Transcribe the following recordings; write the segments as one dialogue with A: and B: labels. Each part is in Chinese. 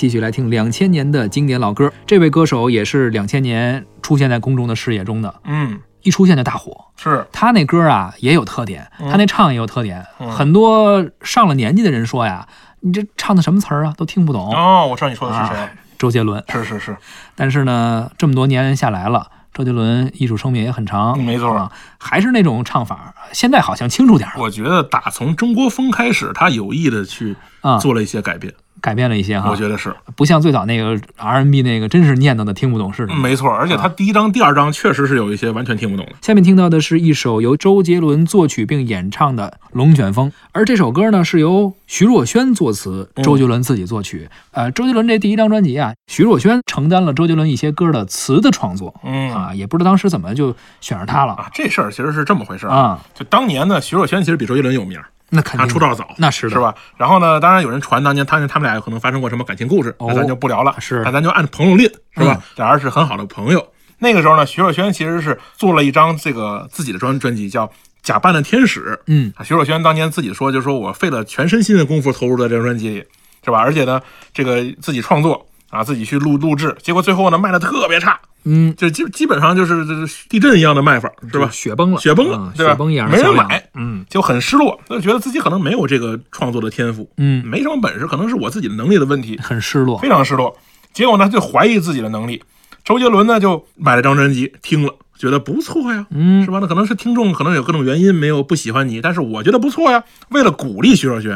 A: 继续来听两千年的经典老歌，这位歌手也是两千年出现在公众的视野中的，
B: 嗯，
A: 一出现就大火。
B: 是，
A: 他那歌啊也有特点，
B: 嗯
A: 他那唱也有特点，
B: 嗯
A: 很多上了年纪的人说呀，你这唱的什么词儿啊，都听不懂。
B: 哦，我知道你说的是谁了，
A: 周杰伦，
B: 是是是，
A: 但是呢，这么多年下来了，周杰伦艺术生命也很长，
B: 嗯没错
A: 啊，还是那种唱法，现在好像清楚点儿了
B: 我觉得打从曾国藩开始，他有意的去
A: 啊，
B: 做了一些改变，
A: 改变了一些哈
B: 我，觉得是、
A: 不像最早那个 R&B 那个，真是念叨的听不懂似的。
B: 嗯没错。而且他第一章、第二章确实是有一些完全听不懂的。
A: 下面听到的是一首由周杰伦作曲并演唱的《龙卷风》，而这首歌呢是由徐若瑄作词，
B: 嗯
A: 周杰伦自己作曲。呃，周杰伦这第一张专辑啊，徐若瑄承担了周杰伦一些歌的词的创作
B: 嗯啊
A: 啊，也不知道当时怎么就选上他了
B: 这事儿其实是这么回事儿。
A: 啊。
B: 就当年呢，徐若瑄其实比周杰伦有名儿，
A: 那肯
B: 他
A: 定
B: 出道早，
A: 那是的
B: 是吧？然后呢，当然有人传当年他他们俩有可能发生过什么感情故事，
A: 哦
B: 那咱就不聊了。
A: 是
B: 那咱就按彭永林是吧？俩人是很好的朋友。那个时候呢，徐若瑄其实是做了一张这个自己的专专辑，叫《假扮的天使》。
A: 嗯
B: 啊，徐若瑄当年自己说，就是说我费了全身心的功夫投入到这张专辑里，是吧？而且呢，这个自己创作啊，自己去录录制，结果最后呢卖的特别差，
A: 嗯，
B: 就基基本上就是就是地震一样的卖法，是吧
A: 就？雪崩了，
B: 雪崩了
A: 啊
B: 对吧
A: 雪崩一样的
B: 没人
A: 销量
B: 买
A: 嗯
B: 就很失落，就觉得自己可能没有这个创作的天赋，
A: 嗯，
B: 没什么本事，可能是我自己的能力的问题，
A: 很失落
B: 非。常失落。结果呢，就怀疑自己的能力。周杰伦呢，就买了张专辑，听了，觉得不错呀，
A: 嗯
B: 是吧？那可能是听众可能有各种原因没有不喜欢你，但是我觉得不错呀。为了鼓励徐若瑄，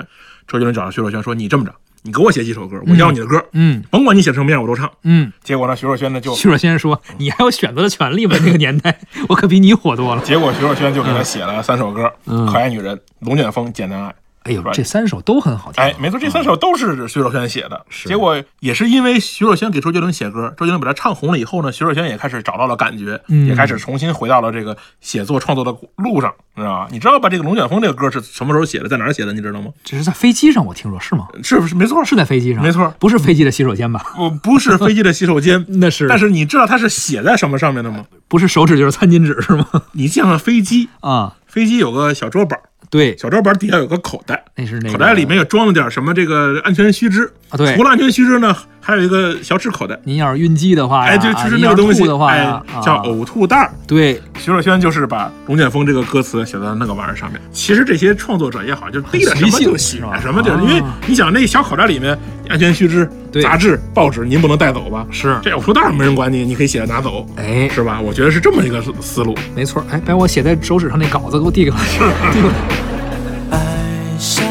B: 周杰伦找到徐若瑄说：“你这么着，你给我写几首歌，我要你的歌，
A: 嗯
B: 甭管你写成什么样，我都唱。
A: 嗯，”
B: 结果呢，徐若瑄呢就，
A: 徐若瑄说：“你还有选择的权利吗？那个年代，我可比你火多了。
B: 结果徐若瑄就给他写了三首歌，
A: 嗯
B: 可爱女人》《龙卷风》《简单爱》。
A: 哎呦，这三首都很好听。
B: 哎，没错，这
A: 啊
B: 三首都是徐若瑄写的。结果也是因为徐若瑄给周杰伦写歌，周杰伦把她唱红了以后呢，徐若瑄也开始找到了感觉，
A: 嗯
B: 也开始重新回到了这个写作创作的路上，你知道吧？你知道吧？这个《龙卷风》这个歌是什么时候写的，在哪儿写的，你知道吗？
A: 这是在飞机上我听说是吗？
B: 是不是？没错，
A: 是在飞机上，
B: 呃没错
A: 不是飞机的洗手间吧？。
B: 我不是飞机的洗手间
A: 那是，
B: 但是你知道它是写在什么上面的吗？
A: 不是手指就是餐巾纸是吗？
B: 你想想飞机，
A: 啊，
B: 飞机有个小桌板，
A: 对，
B: 小桌板底下有个口袋，
A: 那是那个
B: 口袋里面也装了点什么这个安全须知。
A: 啊，对
B: 除，了安全须知呢，还有一个小纸口袋。
A: 您要是晕机的话呀，
B: 哎，就就是那
A: 啊
B: 个
A: 您
B: 东
A: 要是
B: 西，
A: 吐的话
B: 哎
A: 呀，啊，
B: 叫呕吐袋儿。
A: 对，
B: 徐若瑄就是把《龙卷风》这个歌词写在那个玩意儿上面。其实这些创作者也好，就逮着什么就
A: 很
B: 写
A: 随性
B: 什么，就是是
A: 吧
B: 因为
A: 啊
B: 你想那小口袋里面安全须知
A: 对、
B: 杂志、报纸，您不能带走吧？
A: 是，
B: 这呕吐袋儿没人管你，你可以写着拿走，
A: 哎，
B: 是吧？我觉得是这么一个思思路。
A: 没错，哎，把我写在手指上那稿子给我递给我，递过来，
C: 爱像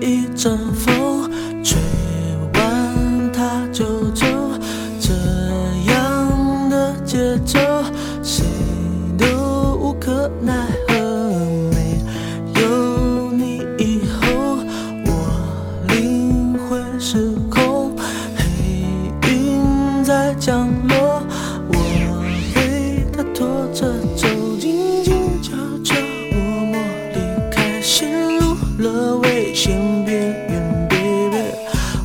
C: 一阵风，吹完它就走。这样的节奏，谁都无可奈何。没有你以后，我灵魂失控，黑云在降落，我被它拖着走，静静悄悄，默默离开，陷入了危险边缘，baby，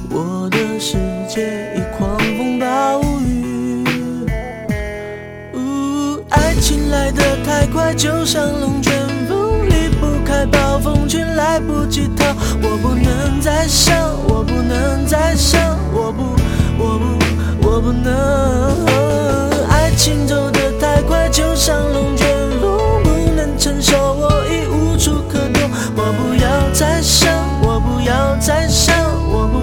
C: 我的世界已狂风暴雨。呜，爱情来得太快，就像龙卷风，离不开暴风圈，来不及逃。我不能再想，我不能再想，我不，我不，我不能。爱情走得太快，就像龙卷风，不能承受，我已无处可躲。我不要再想，我不要再想，我不，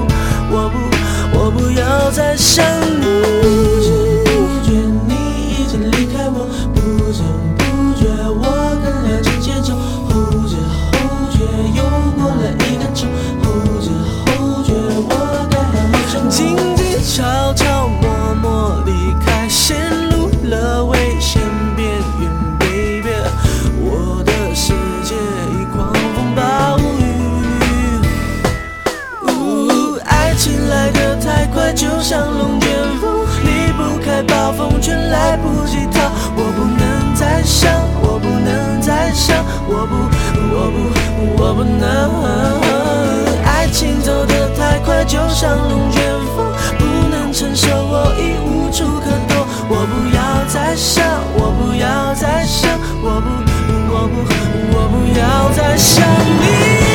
C: 我不，我不要再想你。不知不觉你已经离开我，不知不觉我跟了这节奏，后知后觉又过了一个秋，后知后觉我该好好生活。静静悄悄默默离开，陷入了危险边缘，baby，我的世界已狂风暴雨。呜，爱情来得太快，就像龙卷风，离不开暴风圈，来不及逃。我不能再想，我不能再想，我不，我不，我不能。爱情走得太快，就像龙卷风，不能承受，我已无处可躲。我不要再想，我不要再想，我不，我不，我不要再想你。